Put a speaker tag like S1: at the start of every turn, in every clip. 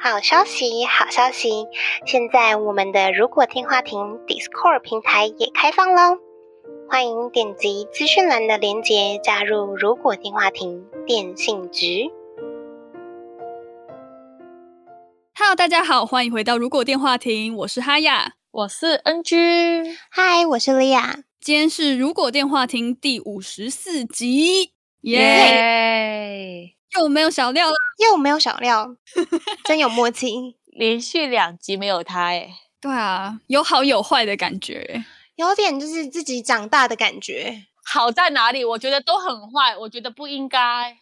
S1: 好消息，好消息！现在我们的如果电话亭 Discord 平台也开放喽，欢迎点击资讯栏的链接加入如果电话亭电信局。
S2: Hello，大家好，欢迎回到《如果电话亭》，我是哈雅。
S3: 我是 NG，
S1: 嗨，我是莉亚。
S2: 今天是《如果电话亭》第五十四集，耶、
S3: 耶！
S2: 又没有小料啦。
S1: 又没有小料，真有默契，
S3: 连续两集没有他哎，
S2: 对啊，有好有坏的感觉。
S1: 有点就是自己长大的感觉，
S3: 好在哪里？我觉得都很坏，我觉得不应该。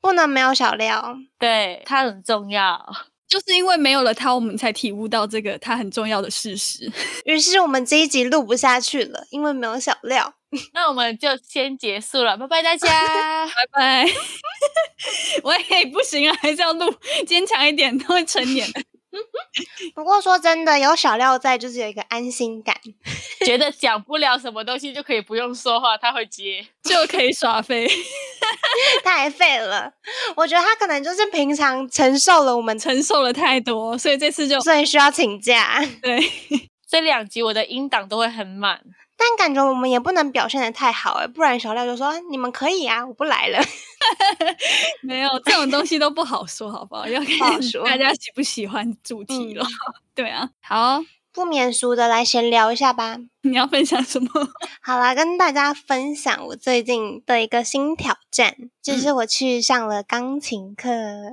S1: 不能没有小料。
S3: 对，他很重要。
S2: 就是因为没有了他，我们才体悟到这个他很重要的事实。
S1: 于是我们这一集录不下去了，因为没有小料。
S3: 那我们就先结束了，拜拜大家。
S2: 拜拜。 喂，不行啊，还是要录，坚强一点，都会成年的。
S1: 不过说真的，有小料在，就是有一个安心感。
S3: 觉得讲不了什么东西就可以不用说话，他会接。
S2: 就可以耍飞，
S1: 太废了，我觉得他可能就是平常承受了我们
S2: 承受了太多，所以这次就
S1: 所以需要请假。
S2: 对。
S3: 这两集我的音档都会很满，
S1: 但感觉我们也不能表现的太好哎、不然小料就说你们可以啊，我不来了。
S2: 没有这种东西都不好说，好不好？要
S1: 好
S2: 看
S1: 说
S2: 大家喜不喜欢主
S1: 嗯
S2: 题了。对啊，好，
S1: 不免俗的来闲聊一下吧。
S2: 你要分享什么？
S1: 好啦，跟大家分享我最近的一个新挑战，就是我去上了钢琴课。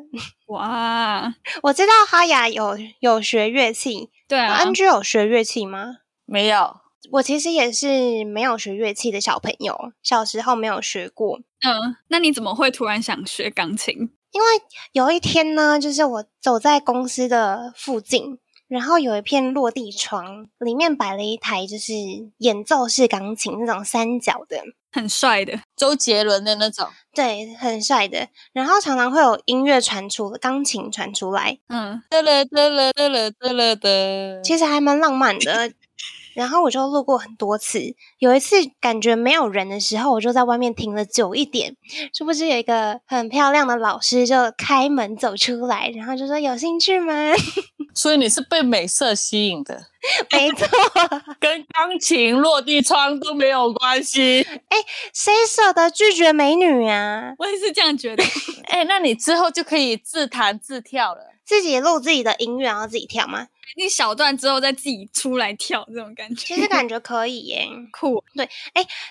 S2: 哇，
S1: 我知道哈雅有有学乐器、
S2: 对啊，
S1: n g 有学乐器吗？
S3: 没有。
S1: 我其实也是没有学乐器的小朋友，小时候没有学过。
S2: 嗯，那你怎么会突然想学钢琴？
S1: 有一天呢，就是我走在公司的附近，然后有一片落地窗，里面摆了一台就是演奏式钢琴那种三角的，
S2: 很帅的，
S3: 周杰伦的那种，
S1: 对，很帅的。然后常常会有音乐传出，钢琴传出来，
S2: 嗯，
S3: 得了得了得了得了的。
S1: 其实还蛮浪漫的。然后我就路过很多次，有一次感觉没有人的时候，我就在外面停了久一点。殊不知有一个很漂亮的老师就开门走出来，然后就说：“有兴趣吗
S3: 所以你是被美色吸引的，？”
S1: 没错，
S3: 跟钢琴、落地窗都没有关系。
S1: 谁舍得拒绝美女啊？
S2: 我也是这样觉得。
S3: 哎、那你之后就可以自弹自跳了。
S1: 自己录自己的音乐，然后自己跳吗？
S2: 一小段之后再自己出来跳，这种感觉
S1: 其实感觉可以耶、
S2: 酷。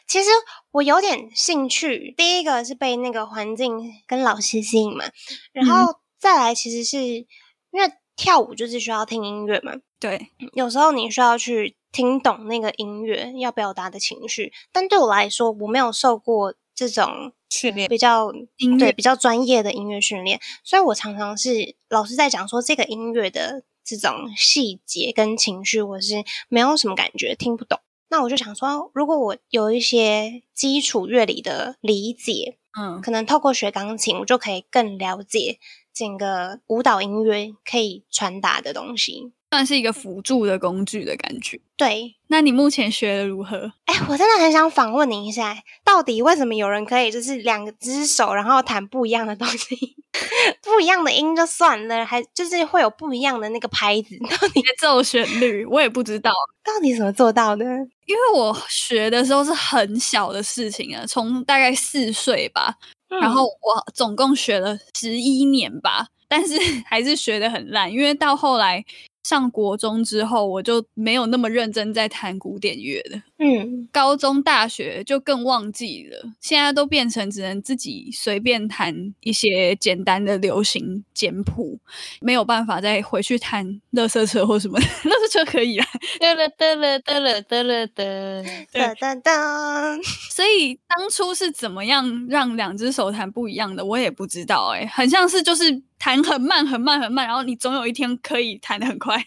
S1: 其实我有点兴趣，第一个是被那个环境跟老师吸引嘛，然后再来其实是因为跳舞就是需要听音乐嘛，
S2: 对，
S1: 有时候你需要去听懂那个音乐要表达的情绪，但对我来说，我没有受过这种
S3: 训练
S1: 比较
S2: 音
S1: 对
S2: 乐
S1: 比较专业的音乐训练，所以我常常是老师在讲说这个音乐的这种细节跟情绪，我是没有什么感觉，听不懂。那我就想说，如果我有一些基础乐理的理解，
S2: 嗯，
S1: 可能透过学钢琴，我就可以更了解整个舞蹈音乐可以传达的东西。
S2: 算是一个辅助的工具的感觉。
S1: 对，
S2: 那你目前学的如何？
S1: 哎，我真的很想访问你一下，到底为什么有人可以就是两只手，然后弹不一样的东西， 不一样的音就算了，还就是会有不一样的那个拍子，到底
S2: 节奏旋律我也不知道，
S1: 到底怎么做到的？
S2: 因为我学的时候是很小的事情啊，从大概四岁吧，然后我总共学了十一年吧，但是 还是学的很烂，因为到后来上国中之后，我就没有那么认真在弹古典乐的。
S1: 嗯，
S2: 高中、大学就更忘记了，现在都变成只能自己随便弹一些简单的流行简谱，没有办法再回去弹《乐色车》或什么的。《乐色车》可以啦，
S3: 得了得了得了得了的，
S2: 对
S1: 噔噔噔，
S2: 所以欸当初是怎么样让两只手弹不一样的，我也不知道哎、很像是就是弹很慢很慢很慢，然后你总有一天可以弹得很快。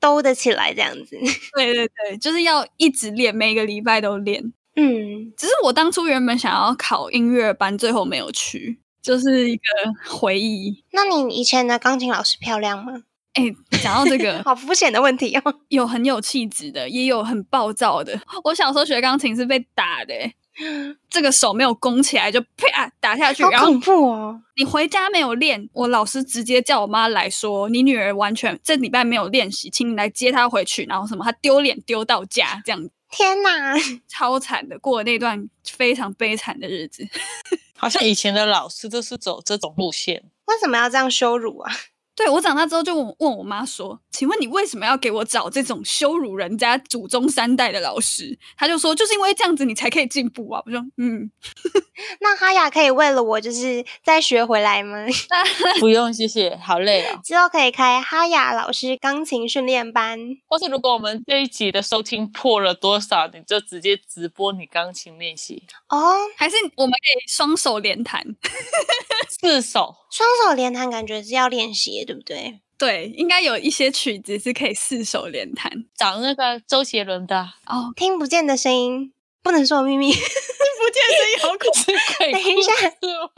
S1: 兜得起来这样子。
S2: 对对对，就是要一直练，每个礼拜都练。
S1: 嗯，
S2: 只是我当初原本想要考音乐班，最后没有去，就是一个回忆。
S1: 那你以前的钢琴老师漂亮吗？，
S2: 哎、讲到这 个
S1: 好肤浅的问题哦。
S2: 有很有气质的，也有很暴躁的。我小时候学钢琴是被打的、欸这个手没有弓起来就啪打下去，
S1: 好
S2: 然后
S1: 恐怖哦！
S2: 你回家没有练，我老师直接叫我妈来说，你女儿完全这礼拜没有练习，请你来接她回去，然后什么她丢脸丢到家，这样
S1: 天哪，
S2: 超惨的，过了那段非常悲惨的日子。
S3: 好像以前的老师都是走这种路线，
S1: 为什么要这样羞辱啊？
S2: 对我长大之后就问问我妈说：“请问你为什么要给我找这种羞辱人家祖宗三代的老师？”她就说：“就是因为这样子你才可以进步啊。”我说：“嗯，
S1: 那哈雅可以为了我，就是再学回来吗？
S3: 不用谢谢，好累哦。
S1: 之后可以开哈雅老师钢琴训练班。
S3: 或是如果我们这一集的收听破了多少，你就直接直播你钢琴练习
S1: 哦，
S2: 还是我们可以双手连弹。
S3: 四首。
S1: 双手连弹感觉是要练习的，对不对？”
S2: 对，应该有一些曲子是可以四手连弹
S3: 找那个周杰伦的 啊，
S2: 哦。
S1: 听不见的声音不能说秘密。
S2: 不见声音好恐
S3: 是可以
S1: 等一下
S3: 哭是吗？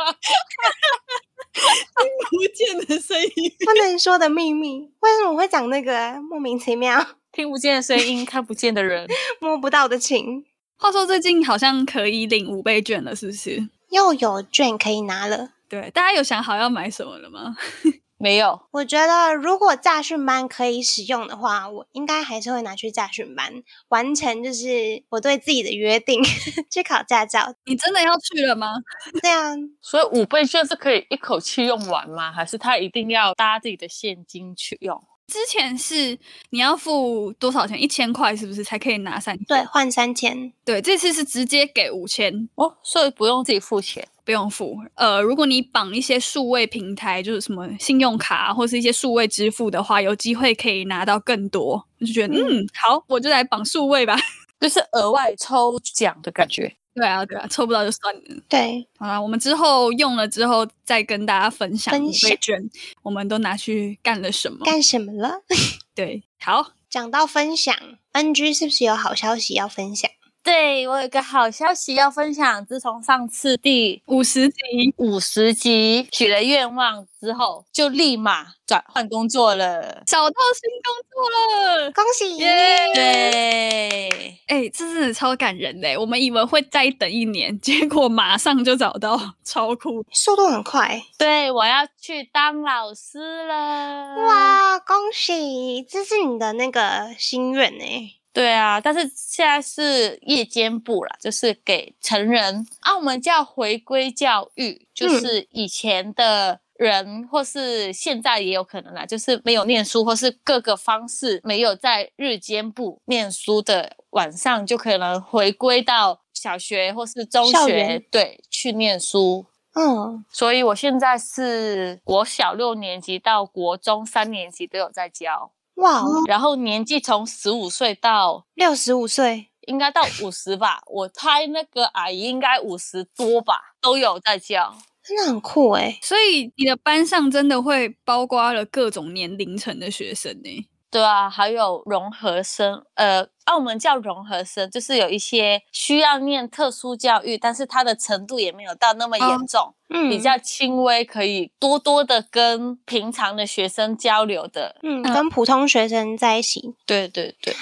S2: 怖，不见的声音。
S1: 不能说的秘密，为什么会讲那个啊莫名其妙、
S3: 听不见的声音，看不见的人，
S1: 摸不到的情？
S2: 话说最近好像可以领五倍券了，是不是？
S1: 又有券可以拿了。
S2: 对，大家有想好要买什么了吗？
S3: 没有。
S1: 我觉得如果驾训班可以使用的话，我应该还是会拿去驾训班，完成就是我对自己的约定， 去考驾照。
S2: 你真的要去了吗？
S1: 对啊，
S3: 所以五倍券是可以一口气用完吗？还是他一定要搭自己的现金去用？
S2: 之前是你要付多少钱？一千块是不是才可以拿三千？
S1: 对，换三千。
S2: 对，这次是直接给五千，
S3: 哦，所以不用自己付钱。
S2: 不用付。呃，如果你绑一些数位平台，就是什么信用卡啊或是一些数位支付的话，有机会可以拿到更多。我就觉得，嗯，好，我就来绑数位吧。
S3: 就是额外抽奖的感觉。
S2: 对啊，对啊，抽不到就算了。
S1: 对，
S2: 好啦，我们之后用了之后再跟大家分享
S1: 分
S2: 五倍
S1: 享
S2: 券，我们都拿去干了什么？
S1: 干什么了？
S2: 对，好，
S1: 讲到分享，NG 是不是有好消息要分享？
S3: 对我有一个好消息要分享，自从上次第
S2: 五十集
S3: 五十集许了愿望之后，就立马转换工作了。
S2: 找到新工作了，
S1: 恭喜！
S2: 耶！
S3: 对，
S2: 哎、这真的超感人嘞！我们以为会再等一年， 结果马上就找到，超酷！
S1: 速度很快，
S3: 对我要去当老师了。！
S1: 哇，恭喜！这是你的那个心愿呢、
S3: 对啊，但是现在是夜间部啦，就是给成人。啊，我们叫回归教育，就
S1: 嗯
S3: 是以前的人，或是现在也有可能啦，就是没有念书，或是各个方式没有在日间部念书的，晚上就可能回归到小学或是中
S1: 校
S3: 学
S1: 园，
S3: 对，去念书。
S1: 嗯，
S3: 所以我现在是国小六年级到国中三年级都有在教，
S1: 哇，哦
S3: 然后年纪从十五岁到
S1: 六十五岁，
S3: 应该到五十吧，我猜那个阿姨应该五十多吧，都有在教。
S1: 真的很酷哎、
S2: 所以你的班上真的会包括了各种年龄层的学生欸呢。
S3: 对啊，还有融合生，呃，澳门叫融合生，就是有一些需要念特殊教育，但是他的程度也没有到那么
S2: 哦
S3: 严重，
S1: 嗯，
S3: 比较轻微，可以多多的跟平常的学生交流的。
S1: 嗯，
S2: 嗯
S1: 跟普通学生在一起。
S3: 对对对，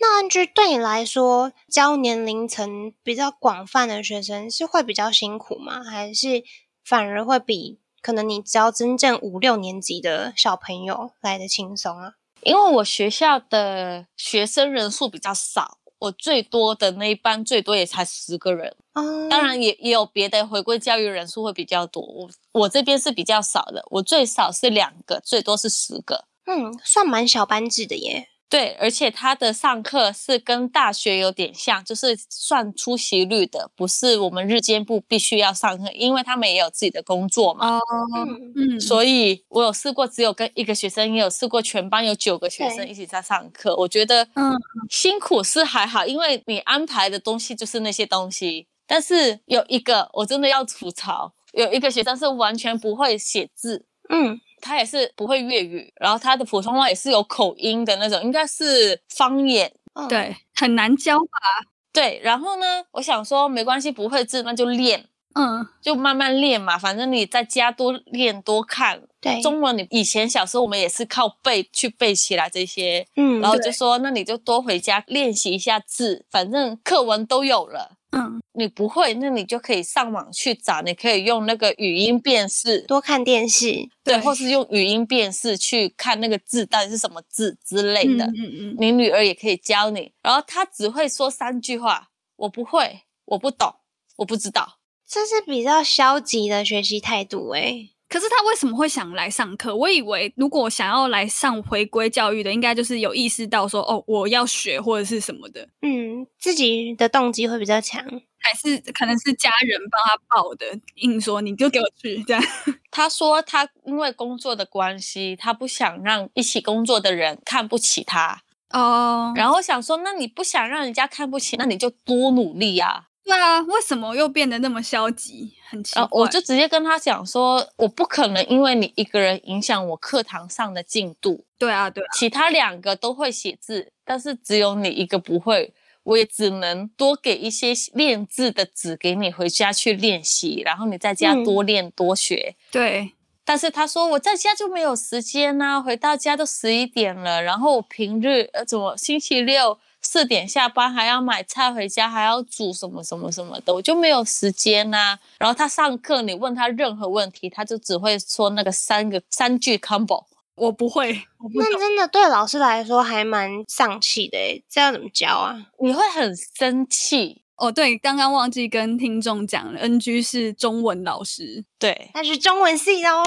S1: 那 NG 对你来说，教年龄层比较广泛的学生是会比较辛苦吗？还是反而会比可能你教真正五六年级的小朋友来的轻松啊？
S3: 因为我学校的学生人数比较少，我最多的那一班最多也才十个人。
S1: 哦，
S3: 当，然也也有别的回归教育人数会比较多，我我这边是比较少的，我最少是两个，最多是十个。
S1: 嗯，算蛮小班制的耶。
S3: 对，而且他的上课是跟大学有点像，就是算出席率的，不是我们日间部必须要上课，因为他们也有自己的工作嘛。
S2: 哦，
S1: 嗯，
S2: 嗯，
S3: 所以我有试过只有跟一个学生，也有试过全班有九个学生
S1: 对
S3: 一起在上课。我觉得，
S2: 嗯
S3: 嗯，辛苦是还好，因为你安排的东西就是那些东西。但是有一个我真的要吐槽，有一个学生是完全不会写字，
S1: 嗯，
S3: 他也是不会粤语，然后他的普通话也是有口音的那种，应该是方言。嗯
S2: 对，很难教吧？
S3: 对，然后呢，我想说没关系，不会字那就练，
S2: 嗯，
S3: 就慢慢练嘛，反正你在家多练多看。
S1: 对，
S3: 中文你以前小时候我们也是靠背去背起来这些，
S1: 嗯，
S3: 然后就说那你就多回家练习一下字，反正课文都有了。
S2: 嗯，
S3: 你不会，那你就可以上网去找，你可以用那个语音辨识，
S1: 多看电视，
S3: 对，
S2: 对
S3: 或是用语音辨识去看那个字到底是什么字之类
S2: 嗯
S3: 的。
S2: 嗯嗯，
S3: 你女儿也可以教你，然后她只会说三句话：我不会，我不懂，我不知道。
S1: 这是比较消极的学习态度诶、
S2: 可是他为什么会想来上课？我以为如果想要来上回归教育的，应该就是有意识到说，哦，我要学或者是什么的，
S1: 嗯，自己的动机会比较强。
S2: 还是可能是家人帮他报的，硬说你就给我去这样。
S3: 她说她因为工作的关系，她不想让一起工作的人看不起她。
S2: 哦，
S3: 然后我想说，那你不想让人家看不起，那你就多努力啊。
S2: 对啊，为什么又变得那么消极？很奇怪。
S3: 然后我就直接跟他讲说，我不可能因为你一个人影响我课堂上的进度，
S2: 对啊，对啊，
S3: 其他两个都会写字，但是只有你一个不会，我也只能多给一些练字的纸给你回家去练习，然后你在家
S1: 嗯
S3: 多练多学。
S2: 对，
S3: 但是他说我在家就没有时间呐、回到家都十一点了，然后我平日呃怎么星期六四点下班还要买菜回家，还要煮什么什么什么的，我就没有时间呐、然后他上课你问他任何问题，他就只会说那个三个三句 combo。
S2: 我不会，我不
S1: 那
S2: 懂。
S1: 真的对老师来说还蛮丧气的诶、这要怎么教啊？
S3: 你会很生气，
S2: 哦，对，刚刚忘记跟听众讲了，NG 是中文老师，
S3: 对，
S1: 他是中文系的哦，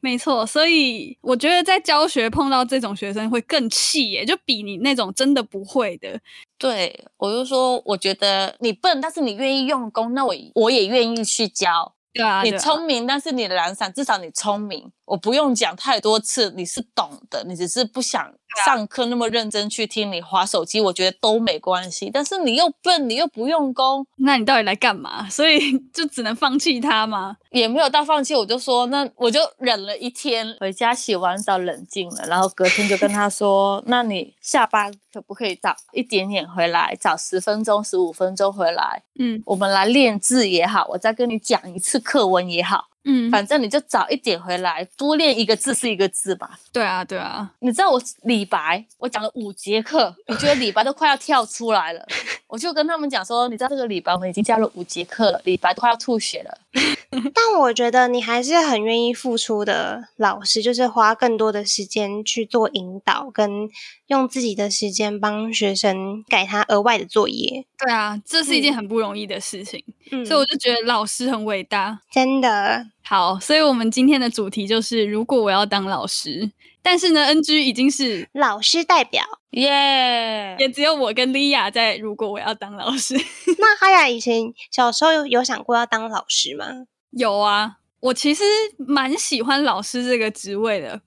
S2: 没错。所以我觉得在教学碰到这种学生会更气耶，就比你那种真的不会的，
S3: 对我就说，我觉得你笨，但是你愿意用功，那我我也愿意去教。
S2: 对啊，
S3: 你
S2: 对啊
S3: 聪明，但是你懒散，至少你聪明。我不用讲太多次，你是懂的，你只是不想上课那么认真去听，你划手机，我觉得都没关系。但是你又笨，你又不用功，
S2: 那你到底来干嘛？所以 就只能放弃他吗？
S3: 也没有到放弃，我就说那我就忍了一天，回家洗完澡冷静了，然后隔天就跟他说， 那你下班可不可以早一点点回来，早十分钟、十五分钟回来，
S2: 嗯
S3: 我们来练字也好，我再跟你讲一次课文也好。
S2: 嗯，
S3: 反正你就早一点回来，多练一个字是一个字吧。
S2: 对啊对啊，
S3: 你知道我李白，我讲了五节课，我觉得李白都快要跳出来了。我就跟他们讲说，你知道这个李白，我们已经教了五节课了，李白都快要吐血了。
S1: 但我觉得你还是很愿意付出的老师，就是花更多的时间去做引导，跟用自己的时间帮学生改他额外的作业。
S2: 对啊，这是一件
S1: 嗯
S2: 很不容易的事情，
S1: 嗯
S2: 所以我就觉得老师很伟大。
S1: 真的
S2: 好，所以我们今天的主题就是，如果我要当老师，但是呢，NG 已经是
S1: 老师代表。
S3: 耶、
S2: 也只有我跟莉亚在。如果我要当老师，
S1: 那哈雅以前小时候有有想过要当老师吗？
S2: 有啊，我其实蛮喜欢老师这个职位的。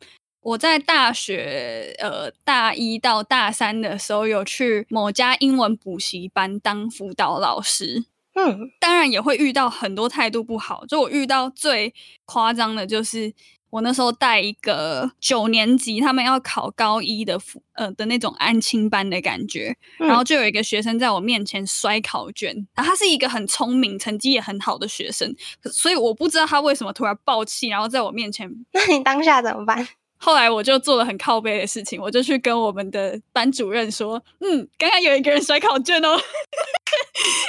S2: 我在大学呃大一到大三的时候，有去某家英文补习班当辅导老师。
S1: 嗯，
S2: 当然也会遇到很多态度不好。就我遇到最夸张的就是，我那时候带一个九年级，他们要考高一的辅呃的那种安亲班的感觉，
S1: 嗯
S2: 然后就有一个学生在我面前摔考卷，然后他是一个很聪明、成绩也很好的学生，可所以我不知道他为什么突然爆气，然后在我面前
S1: 那你当下怎么办？
S2: 后来我就做了很靠背的事情，我就去跟我们的班主任说：“嗯，刚刚有一个人甩考卷哦。”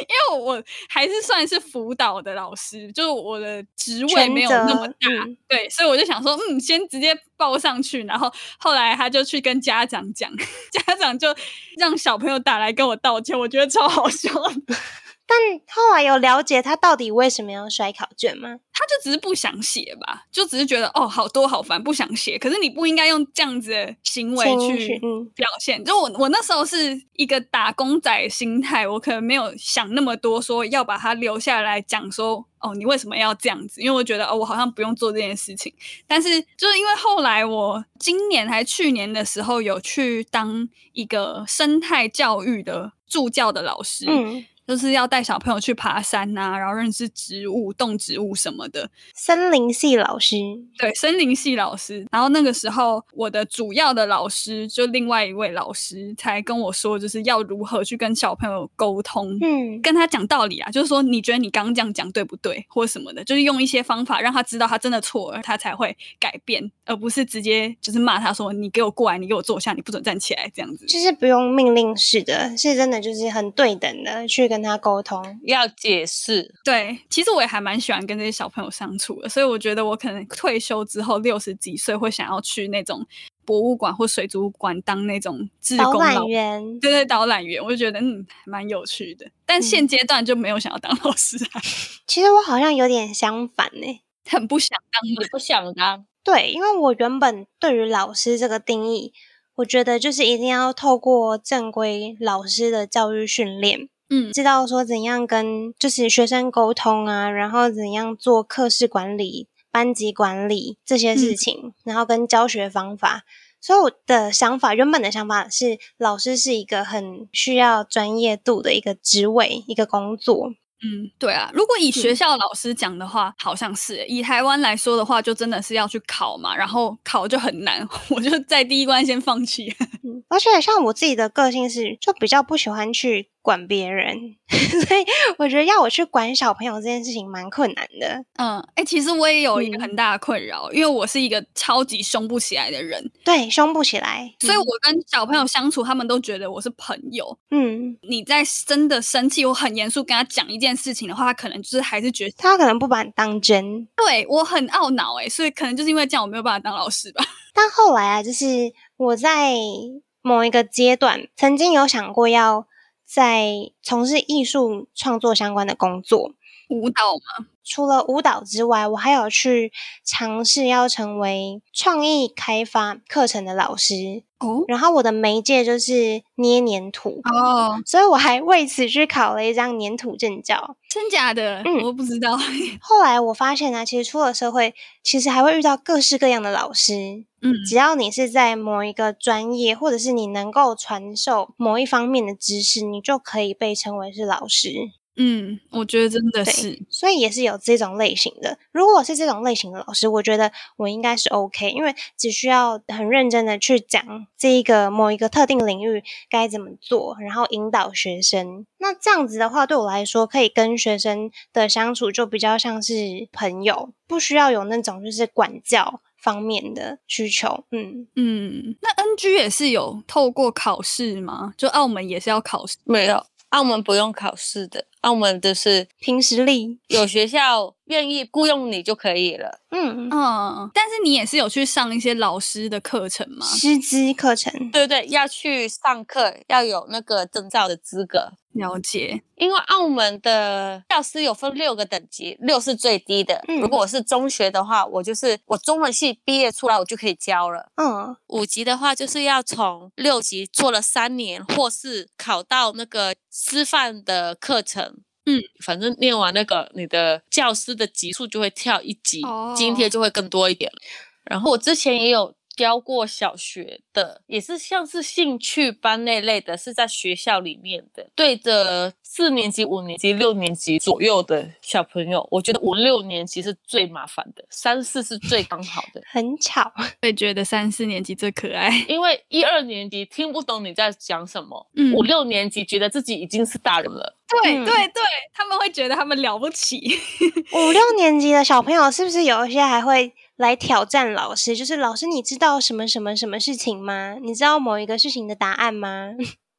S2: 因为我还是算是辅导的老师，就是我的职位
S1: 全
S2: 没有那么
S1: 责
S2: 大，
S1: 嗯
S2: 对，所以我就想说，嗯，先直接报上去。然后后来他就去跟家长讲， 家长就让小朋友打来跟我道歉，我觉得超好笑的。
S1: 但后来有了解他到底为什么要摔考卷吗？
S2: 他就只是不想写吧，就只是觉得哦，好多好烦，不想写。可是你不应该用这样子的行为
S1: 情绪
S2: 去
S1: 嗯
S2: 表现。就我我那时候是一个打工仔心态，我可能没有想那么多，说要把它留下来讲说，哦，你为什么要这样子？因为我觉得哦，我好像不用做这件事情。但是就是因为后来我今年还去年的时候有去当一个生态教育的助教的老师，
S1: 嗯，
S2: 就是要带小朋友去爬山呐、然后认识植物、动植物什么的。
S1: 森林系老师，
S2: 对，森林系老师。然后那个时候，我的主要的老师就另外一位老师才跟我说，就是要如何去跟小朋友沟通，
S1: 嗯，
S2: 跟他讲道理啊，就是说你觉得你刚刚这样讲对不对，或什么的，就是用一些方法让他知道他真的错了，他才会改变，而不是直接就是骂他说你给我过来，你给我坐下，你不准站起来这样子。
S1: 就是不用命令式的，是真的就是很对等的去跟他沟通。
S3: 要解释，
S2: 对，其实我也还蛮喜欢跟这些小朋友相处的，所以我觉得我可能退休之后六十几岁会想要去那种博物馆或水族馆当那种志
S1: 导
S2: 工
S1: 览
S2: 老。
S1: 员，
S2: 对对，导览员，我就觉得嗯，还蛮有趣的。但现阶段就没有想要当老师啊，
S1: 其实我好像有点相反呢、
S2: 很不想当。
S3: 你不想当，
S1: 对，因为我原本对于老师这个定义，我觉得就是一定要透过正规老师的教育训练，
S2: 嗯
S1: 知道说怎样跟就是学生沟通啊，然后怎样做课室管理、班级管理这些事
S2: 嗯
S1: 情，然后跟教学方法。所以我的想法，原本的想法是，老师是一个很需要专业度的一个职位、一个工作。
S2: 嗯，对啊，如果以学
S1: 嗯
S2: 校老师讲的话，好像是欸以台湾来说的话，就真的是要去考嘛，然后考就很难， 我就在第一关先放弃。
S1: 嗯，而且像我自己的个性是，就比较不喜欢去管别人， 所以我觉得要我去管小朋友这件事情蛮困难的。
S2: 嗯，哎、其实我也有一个
S1: 嗯
S2: 很大的困扰，因为我是一个超级凶不起来的人，
S1: 对，凶不起来，
S2: 所以我跟小朋友相处，他们都觉得我是朋友。
S1: 嗯，
S2: 你在真的生气，我很严肃跟他讲一件事情的话，他可能就是还是觉得
S1: 他可能不把你当真。
S2: 对我很懊恼哎、所以可能就是因为这样，我没有办法当老师吧。
S1: 但后来啊，就是我在某一个阶段，曾经有想过要在从事艺术创作相关的工作。
S2: 舞蹈嘛，
S1: 除了舞蹈之外，我还有去尝试要成为创意开发课程的老师，
S2: 哦
S1: 然后我的媒介就是捏黏土，
S2: 哦，
S1: 所以我还为此去考了一张粘土证照。
S2: 真假的，
S1: 嗯
S2: 我不知道。
S1: 后来我发现啊，其实出了社会，其实还会遇到各式各样的老师。
S2: 嗯
S1: 只要你是在某一个专业，或者是你能够传授某一方面的知识，你就可以被称为是老师。
S2: 嗯，我觉得真的
S1: 对
S2: 是，
S1: 所以也是有这种类型的。如果我是这种类型的老师，我觉得我应该是 OK，因为只需要很认真的去讲这一个某一个特定领域该怎么做，然后引导学生。那这样子的话，对我来说，可以跟学生的相处就比较像是朋友，不需要有那种就是管教方面的需求。嗯，
S2: 嗯，那 NG 也是有透过考试吗？就澳门也是要考试，
S3: 没有。澳门不用考试的，澳门就是
S1: 凭实力。
S3: 有学校愿意雇佣你就可以了。
S1: 嗯，
S2: 嗯，但是你也是有去上一些老师的课程吗？
S1: 师资课程。
S3: 对对，要去上课，要有那个证照的资格。
S2: 了解，
S3: 因为澳门的教师有分六个等级，六是最低的。
S1: 嗯
S3: 如果我是中学的话，我就是我中文系毕业出来，我就可以教了。
S1: 嗯，
S3: 五级的话，就是要从六级做了三年，或是考到那个师范的课程。
S2: 嗯，
S3: 反正念完那个，你的教师的级数就会跳一级，津
S2: 哦
S3: 贴就会更多一点了。然后我之前也有教过小学的，也是像是兴趣班那类的，是在学校里面的，对着四年级、五年级、六年级左右的小朋友，我觉得五六年级是最麻烦的，三四是最刚好的。
S1: 很巧。
S2: 会觉得三四年级最可爱。
S3: 因为一二年级听不懂你在讲什么，
S2: 嗯
S3: 五六年级觉得自己已经是大人了，
S2: 对
S1: 嗯
S2: 对对，他们会觉得他们了不起。
S1: 五六年级的小朋友是不是有一些还会来挑战老师？就是老师，你知道什么什么什么事情吗？你知道某一个事情的答案吗？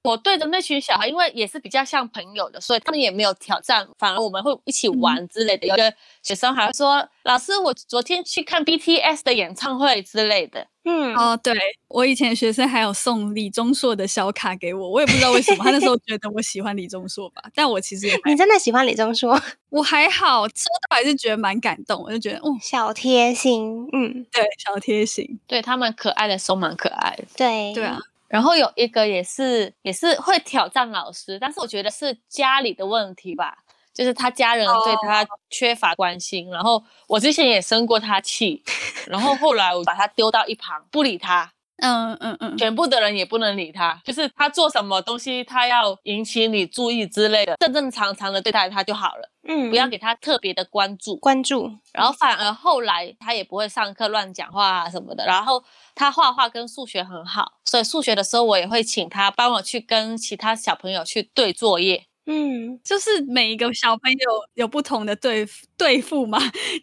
S3: 我对着那群小孩，因为也是比较像朋友的，所以他们也没有挑战，反而我们会一起玩之类的。有的学生还会说：“老师，我昨天去看 BTS 的演唱会之类的。
S1: 嗯，
S2: 哦，对我以前学生还有送李钟硕的小卡给我，我也不知道为什么，他那时候觉得我喜欢李钟硕吧，但我其实也 还
S1: 你真的喜欢李钟硕，
S2: 我还好，收到还是觉得蛮感动，我就觉得哦，
S1: 小贴心。嗯，
S2: 对，小贴心，
S3: 对他们可爱的时候蛮可爱的。
S1: 对，
S2: 对啊，，
S3: 然后有一个也是也是会挑战老师，但是我觉得是家里的问题吧，就是他家人对他缺乏关心。 然后我之前也生过他气，然后后来我把他丢到一旁不理他，
S2: 嗯嗯嗯，
S3: 全部的人也不能理他，就是他做什么东西，他要引起你注意之类的，正正常常的对待他就好了，
S1: 嗯，
S3: 不要给他特别的关注。
S1: 关注，
S3: 然后反而后来他也不会上课乱讲话啊什么的。然后他画画跟数学很好，所以数学的时候我也会请他帮我去跟其他小朋友去对作业。
S1: 嗯，
S2: 就是每一个小朋友有不同的对付对付嘛，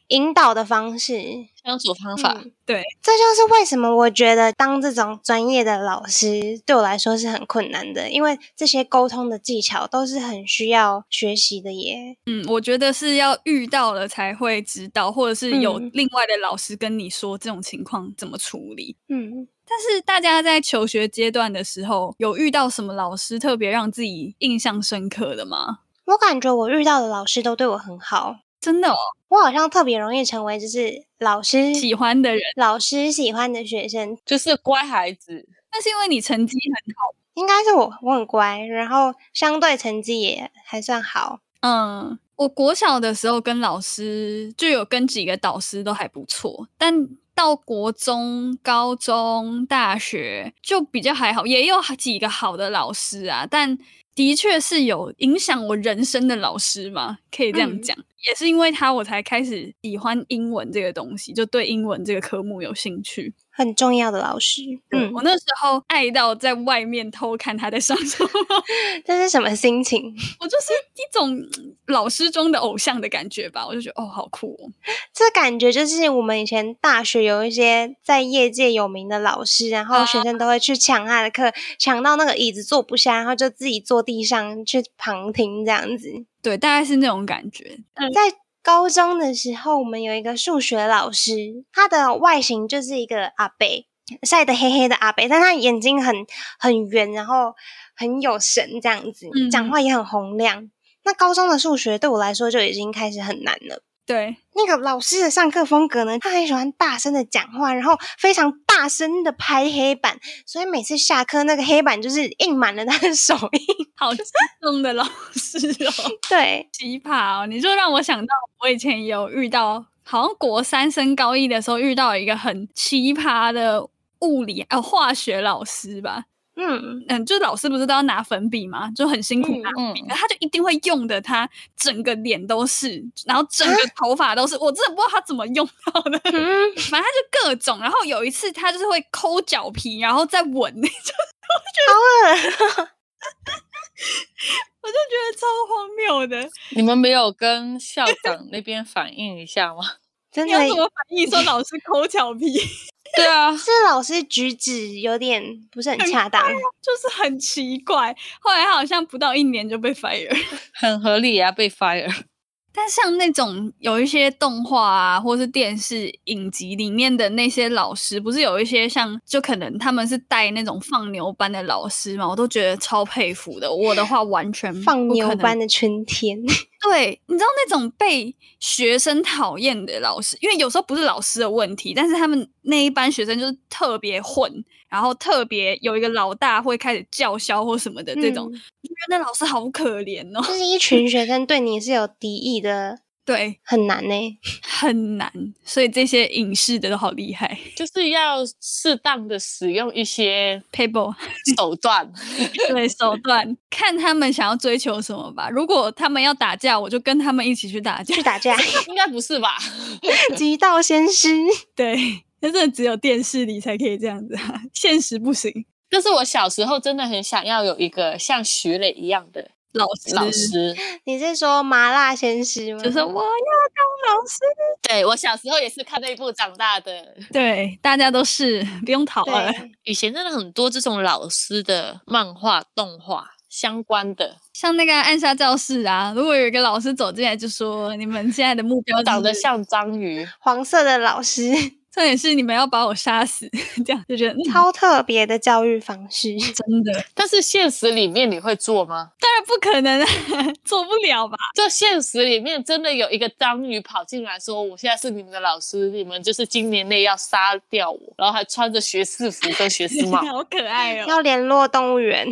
S1: 引导的方式。
S3: 相处方法、
S1: 嗯
S2: 对，
S1: 这就是为什么我觉得当这种专业的老师对我来说是很困难的，因为这些沟通的技巧都是很需要学习的耶。
S2: 嗯，我觉得是要遇到了才会知道，或者是有
S1: 嗯
S2: 另外的老师跟你说这种情况怎么处理。
S1: 嗯，
S2: 但是大家在求学阶段的时候，有遇到什么老师特别让自己印象深刻的吗？
S1: 我感觉我遇到的老师都对我很好，
S2: 真的、哦、
S1: 我好像特别容易成为就是老师
S2: 喜欢的人，
S1: 老师喜欢的学生，
S3: 就是乖孩子，
S2: 那是因为你成绩很好。
S1: 应该是我我很乖，然后相对成绩也还算好。
S2: 嗯，我国小的时候跟老师就有跟几个导师都还不错，但到国中、高中、大学就比较还好，也有几个好的老师啊，但的确是有影响我人生的老师嘛，可以这样
S1: 嗯
S2: 讲。也是因为他，我才开始喜欢英文这个东西，就对英文这个科目有兴趣。
S1: 很重要的老师，
S2: 嗯
S1: 嗯，，
S2: 我那时候爱到在外面偷看他在上什么，
S1: 嗯这是什么心情？
S2: 我就是一种嗯老师中的偶像的感觉吧。我就觉得哦，好酷哦。
S1: 这感觉就是我们以前大学有一些在业界有名的老师，然后
S2: 啊
S1: 学生都会去抢他的课，抢到那个椅子坐不下，然后就自己坐地上去旁听这样子。
S2: 对，大概是那种感觉。
S1: 在高中的时候，我们有一个数学老师，他的外形就是一个阿北，晒得黑黑的阿北，但他眼睛很很圆，然后很有神这样子，
S2: 嗯
S1: 讲话也很洪亮。那高中的数学对我来说就已经开始很难了。
S2: 对，
S1: 那个老师的上课风格呢，他很喜欢大声的讲话，然后非常大声的拍黑板，所以每次下课那个黑板就是印满了他的手印。
S2: 好激动的老师哦，
S1: 对，
S2: 奇葩哦！你就让我想到，我以前也有遇到，好像国三升高一的时候遇到一个很奇葩的物理呃化学老师吧。
S1: 嗯，
S2: 嗯，就是老师不是都要拿粉笔嘛，就很辛苦拿
S3: 嗯，
S2: 然后他就一定会用的，他整个脸都是，然后整个头发都是，我真的不知道他怎么用到的，反正
S1: 嗯
S2: 他就各种。然后有一次他就是会抠脚皮，然后再吻， 就我就觉得我就觉得超荒谬的，
S3: 你们没有跟校长那边反映一下吗？
S1: 真
S2: 你有
S1: 的
S2: 什么反应？说老师抠 脚皮
S3: 对啊，
S1: 是老师举止有点不是
S2: 嗯
S1: 很恰当。
S2: 就是很奇怪。后来他好像不到一年就被 fire
S3: 很合理啊，被 fire。
S2: 但像那种有一些动画啊，或是电视影集里面的那些老师，不是有一些像就可能他们是带那种放牛班的老师嘛，我都觉得超佩服的。我的话完全
S1: 放
S2: 嗯不可
S1: 牛
S2: 能
S1: 班，的春天，
S2: 对，你知道那种被学生讨厌的老师，因为有时候不是老师的问题，但是他们那一班学生就是特别混，然后特别有一个老大会开始叫嚣或什么的这种，
S1: 嗯
S2: 我觉得那老师好可怜哦。
S1: 就是一群学生对你是有敌意的，
S2: 对，
S1: 很难呢、
S2: 很难，所以这些影视的都好厉害。
S3: 就是要适当的使用一些
S2: Pable
S3: 手段，
S2: 对手段，看他们想要追求什么吧。如果他们要打架，我就跟他们一起去打架
S1: 去。打架，
S3: 应该不是吧？
S1: 极道先师。
S2: 对，那真的只有电视里才可以这样子、啊，现实不行。
S3: 但是我小时候真的很想要有一个像徐磊一样的
S2: 老师，
S3: 老师。
S1: 你是说麻辣先师吗？
S2: 就是我要当老师。
S3: 对我小时候也是看那一部长大的。
S2: 对，大家都是不用啊讨论。
S1: 对，
S3: 以前真的很多这种老师的漫画、动画相关的，
S2: 像那个暗杀教室啊，如果有一个老师走进来就说：“你们现在的目标
S3: 长得
S2: 是
S3: 像章鱼，
S1: 黄色的老师，
S2: 重点是你们要把我杀死。” 这样就觉得、嗯、
S1: 超特别的教育方 式。
S2: 真 的。
S3: 但是现实里面你会做吗？
S2: 当然不可能啊， 做不了吧？
S3: 就现实里面真的有一个章鱼跑进来说：“我现在是你们的老师，你们就是今年内要杀掉我。”然后还穿着学士服跟学士 帽。
S2: 好可爱哦！
S1: 要联络动物园，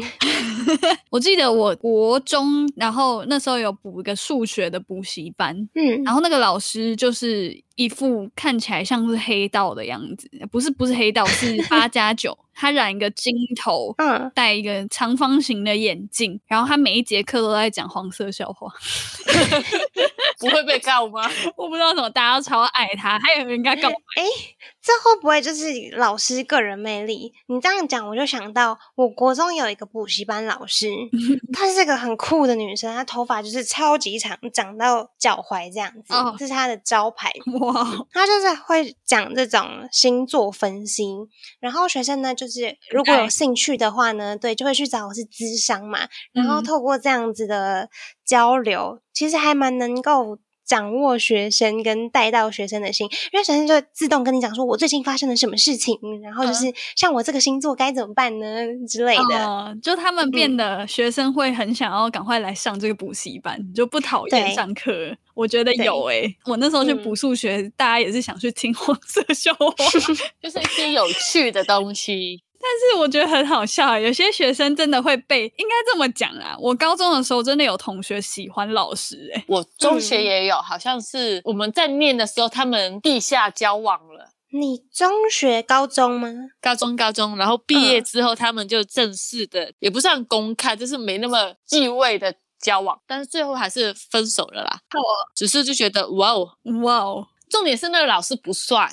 S2: 我记得我国中，然后那时候有补一个数学的补习班，
S1: 嗯，
S2: 然后那个老师就是一副看起来像是黑道的样子，不是不是黑道，是八加九，他染一个金头，
S1: 嗯，
S2: 戴一个长方形的眼镜，然后他每一节课都在讲黄色笑话，
S3: 不会被告吗？
S2: 我不知道为什么大家都超爱他，还有人家告白，
S1: 这会不会就是老师个人魅力？你这样讲，我就想到我国中有一个补习班老师，她是个很酷的女生，她头发就是超级长，长到脚踝这样子，
S2: 哦
S1: 这是她的招牌。
S2: 哇，
S1: 她就是会讲这种星座分析，然后学生呢，就是如果
S2: 爱
S1: 有兴趣的话呢，对，就会去找我是咨商嘛，然后
S2: 嗯
S1: 透过这样子的交流，其实还蛮能够掌握学生跟带到学生的心，因为学生就会自动跟你讲说我最近发生了什么事情，然后就是像我这个星座该怎么办呢之类的。
S2: 嗯哦就他们变得学生会很想要赶快来上这个补习班，就不讨厌
S1: 对
S2: 上课。我觉得
S1: 对
S2: 有诶、我那时候去补
S1: 嗯
S2: 数学，大家也是想去听黄色笑 话，
S3: 就是一些有趣的东西。
S2: 但是我觉得很好笑，欸有些学生真的会被，应该这么讲啦。我高中的时候真的有同学喜欢老师、欸，
S3: 我中学
S1: 嗯
S3: 也有，好像是我们在念的时候，他们地下交往了。
S1: 你中学、高中吗？
S3: 高中高中，然后毕业
S1: 嗯
S3: 之后，他们就正式的，也不算公开，就是没那么忌讳的交往，但是最后还是分手了啦。
S2: 哦
S3: 只是就觉得哇哦，
S2: 哇哦，
S3: 重点是那个老师不帅。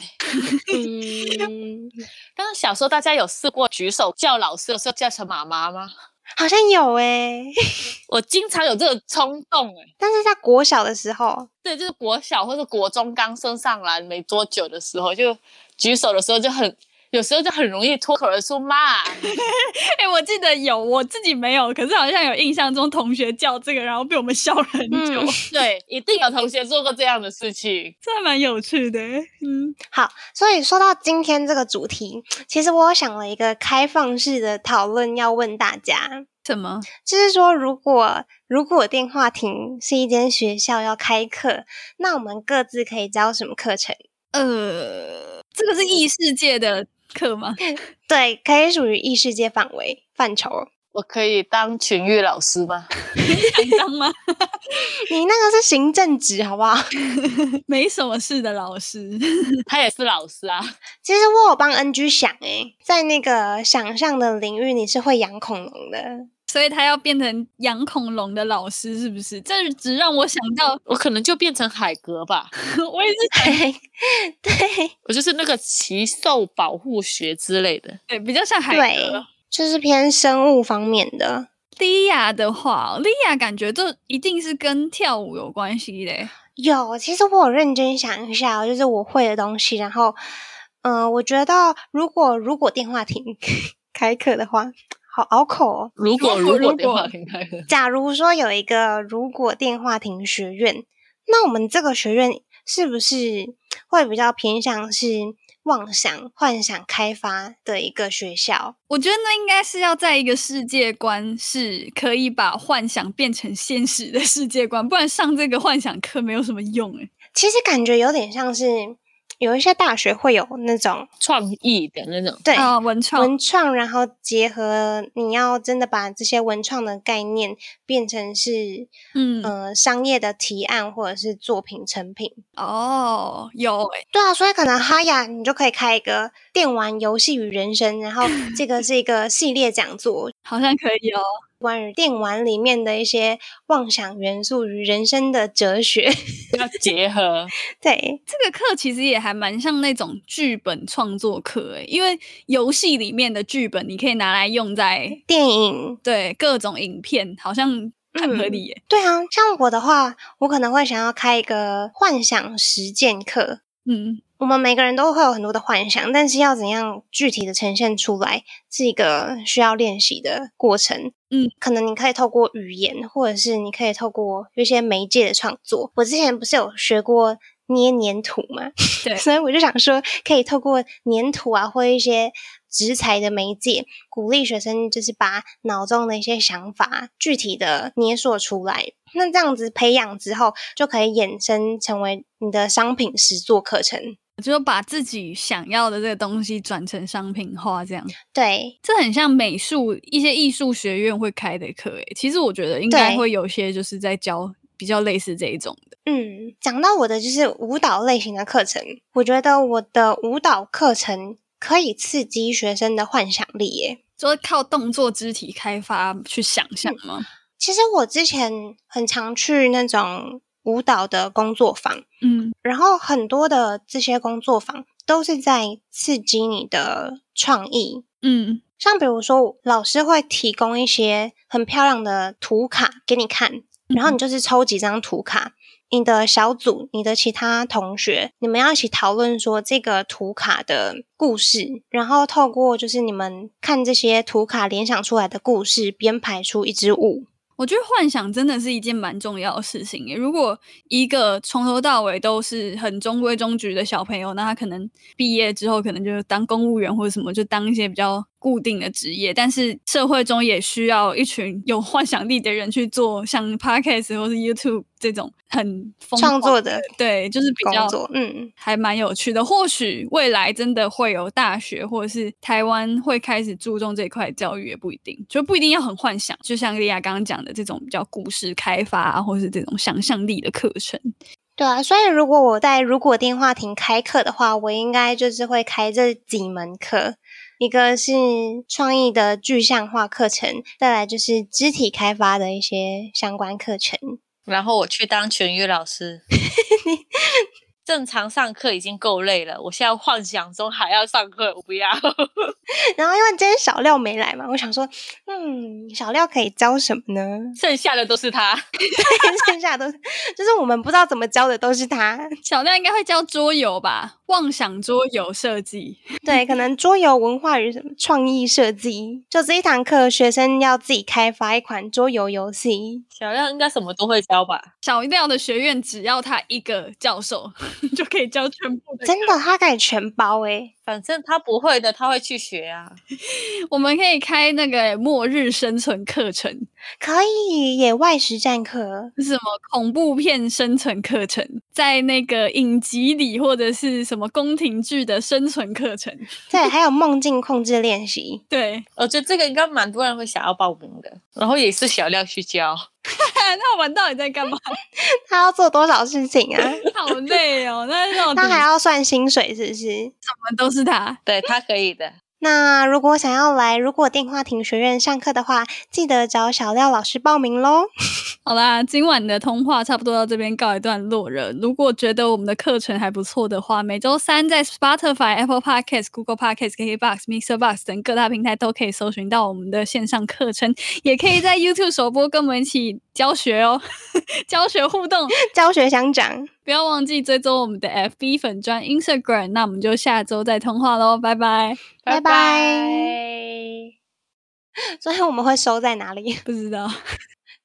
S1: 嗯，
S3: 但是小时候大家有试过举手叫老师的时候叫成妈妈吗？
S1: 好像有诶、
S3: 我经常有这个冲动哎、
S1: 但是在国小的时候，
S3: 对，就是国小或者国中刚升上来没多久的时候，就举手的时候就很，有时候就很容易脱口而出 骂。
S2: 哎、我记得有，我自己没有，可是好像有印象中同学叫这个，然后被我们笑了很久，
S1: 嗯
S3: 对，一定有同学做过这样的事情。
S2: 这还蛮有趣的、欸。嗯，
S1: 好，所以说到今天这个主题，其实我有想了一个开放式的讨论要问大家，
S2: 什么？
S1: 就是说，如果如果电话亭是一间学校要开课，那我们各自可以教什么课程？
S2: 呃，这个是异世界的课吗？
S1: 对，可以属于异世界范围范畴。
S3: 我可以当群育老 师吗？
S2: 想当吗？
S1: 你那个是行政职，好不好？
S2: 没什么事的老师，
S3: 他也是老师啊，
S1: 其实我有帮 NG 想诶、在那个想象的领域，你是会养恐龙的。
S2: 所以他要变成养恐龙的老师，是不是？这只让我想到，
S3: 我可能就变成海格吧，
S2: 我也是
S1: 对
S3: 我就是那个奇兽保护学之类的。
S2: 对比较像海
S1: 对
S2: 格。，
S1: 就是偏生物方面的。
S2: 莉亚的话哦，莉亚感觉这一定是跟跳舞有关系嘞。
S1: 有，其实我有认真想一下哦，就是我会的东西，然后，嗯、我觉得如果如果电话亭 开课的话，好拗口哦。
S3: 如果
S2: 如
S3: 如
S2: 果
S3: 果电
S2: 如
S3: 话
S2: 果
S3: 亭开了，
S1: 假如说有一个如果电话亭学院，那我们这个学院是不是会比较偏向是妄想、幻想开发的一个学校？
S2: 我觉得那应该是要在一个世界观是可以把幻想变成现实的世界观，不然上这个幻想课没有什么用欸诶。
S1: 其实感觉有点像是有一些大学会有那种
S3: 创意的那种，
S1: 对
S2: 啊、文创
S1: 文创，然后结合你要真的把这些文创的概念变成是
S2: 嗯
S1: 呃商业的提案或者是作品成品。
S2: 哦，有诶。
S1: 对啊，所以可能哈雅你就可以开一个电玩游戏与人生，然后这个是一个系列讲座，
S2: 好像可以哦。
S1: 关于电玩里面的一些妄想元素与人生的哲学。
S3: 要结合。
S1: 对，
S2: 这个课其实也还蛮像那种剧本创作课诶，因为游戏里面的剧本你可以拿来用在
S1: 电影
S2: 对各种影片，好像很合理耶。
S1: 对啊，像我的话，我可能会想要开一个幻想实践课，
S2: 嗯，
S1: 我们每个人都会有很多的幻想，但是要怎样具体的呈现出来，是一个需要练习的过程。
S2: 嗯，
S1: 可能你可以透过语言，或者是你可以透过一些媒介的创作。我之前不是有学过捏粘土吗？
S2: 对
S1: 所以我就想说，可以透过粘土啊，或一些植材的媒介，鼓励学生就是把脑中的一些想法具体的捏塑出来。那这样子培养之后，就可以衍生成为你的商品实作课程。
S2: 就把自己想要的这个东西转成商品化，这样
S1: 对，
S2: 这很像美术一些艺术学院会开的课诶。其实我觉得应该
S1: 对
S2: 会有些就是在教比较类似这一种的。
S1: 嗯，讲到我的就是舞蹈类型的课程，我觉得我的舞蹈课程可以刺激学生的幻想力耶。
S2: 就是靠动作肢体开发去想象
S1: 嗯
S2: 吗？
S1: 其实我之前很常去那种舞蹈的工作坊，
S2: 嗯，
S1: 然后很多的这些工作坊都是在刺激你的创意。
S2: 嗯，
S1: 像比如说，老师会提供一些很漂亮的图卡给你看，然
S2: 嗯
S1: 后你就是抽几张图卡，你的小组、你的其他同学，你们要一起讨论说这个图卡的故事，然后透过就是你们看这些图卡联想出来的故事，编排出一支舞。
S2: 我觉得幻想真的是一件蛮重要的事情耶。如果一个从头到尾都是很中规中矩的小朋友，那他可能毕业之后可能就是当公务员或者什么，就当一些比较固定的职业。但是社会中也需要一群有幻想力的人去做像 podcast 或是 YouTube 这种很疯
S1: 创
S2: 狂
S1: 作的
S2: 对，就是比较
S1: 工作，嗯，
S2: 还蛮有趣的。或许未来真的会有大学，或者是台湾会开始注重这块教育，也不一定，就不一定要很幻想。就像莉亚刚刚讲的，这种比较故事开发、啊，或是这种想象力的课程。
S1: 对啊。所以如果我在如果电话亭开课的话，我应该就是会开这几门课。一个是创意的具象化课程，再来就是肢体开发的一些相关课程。
S3: 然后我去当全语 老师。正常上课已经够累了，我现在幻想中还要上课，我不要。
S1: 然后因为今天小廖没来嘛，我想说，嗯，小廖可以教什么呢？
S3: 剩下的都是他。
S1: 剩下都就是我们不知道怎么教的都是他。
S2: 小亮应该会教桌游吧？妄想桌游设计，
S1: 对，可能桌游文化与什么创意设计，就这一堂课，学生要自己开发一款桌游游戏。
S3: 小亮应该什么都会教吧？
S2: 小廖的学院只要他一个教授 就可以教全部的。
S1: 真的，他可以全包欸诶、
S3: 反正他不会的，他会去学啊。
S2: 我们可以开那个末日生存课程，
S1: 可以野外实战课。
S2: 是什么恐怖片生存课程，在那个影集里或者是什么宫廷剧的生存课程，
S1: 对，还有梦境控制练习。
S2: 对，
S3: 我觉得哦这个应该蛮多人会想要报名的，然后也是小廖去教。
S2: 那我们到底在干嘛？
S1: 他要做多少事情啊？
S2: 好累哦，那让我
S1: 他还
S2: 我
S1: 要算薪水是不是？
S2: 们都是他，
S3: 对他可以的。
S1: 那如果想要来如果电话亭学院上课的话，记得找小廖老师报名喽。
S2: 好啦，今晚的通话差不多到这边告一段落了。如果觉得我们的课程还不错的话，每周三在 Spotify、Apple Podcasts、Google Podcasts、KKBox、Mixer Box 等各大平台都可以搜寻到我们的线上课程，也可以在 YouTube 首播跟我们一起教学哦， 教学互动。
S1: 教学相长，
S2: 不要忘记追踪我们的 FB 粉专 Instagram。那我们就下周再通话喽，拜拜。
S1: 拜
S3: 拜
S1: 所以我们会收在哪里？
S2: 不知道，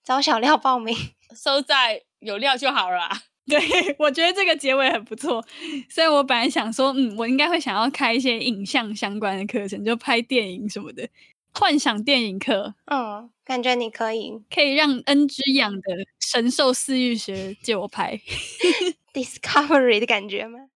S1: 找小廖报名。
S3: 收在有料就好了。啊
S2: 对 我觉得这个结尾很不错。虽然我本来想说，嗯，我应该会想要开一些影像相关的课程，就拍电影什么的，幻想电影课
S1: 嗯，感觉你可以
S2: 可以让 NG 养的神兽饲育学借我拍。
S1: discovery 的感觉吗？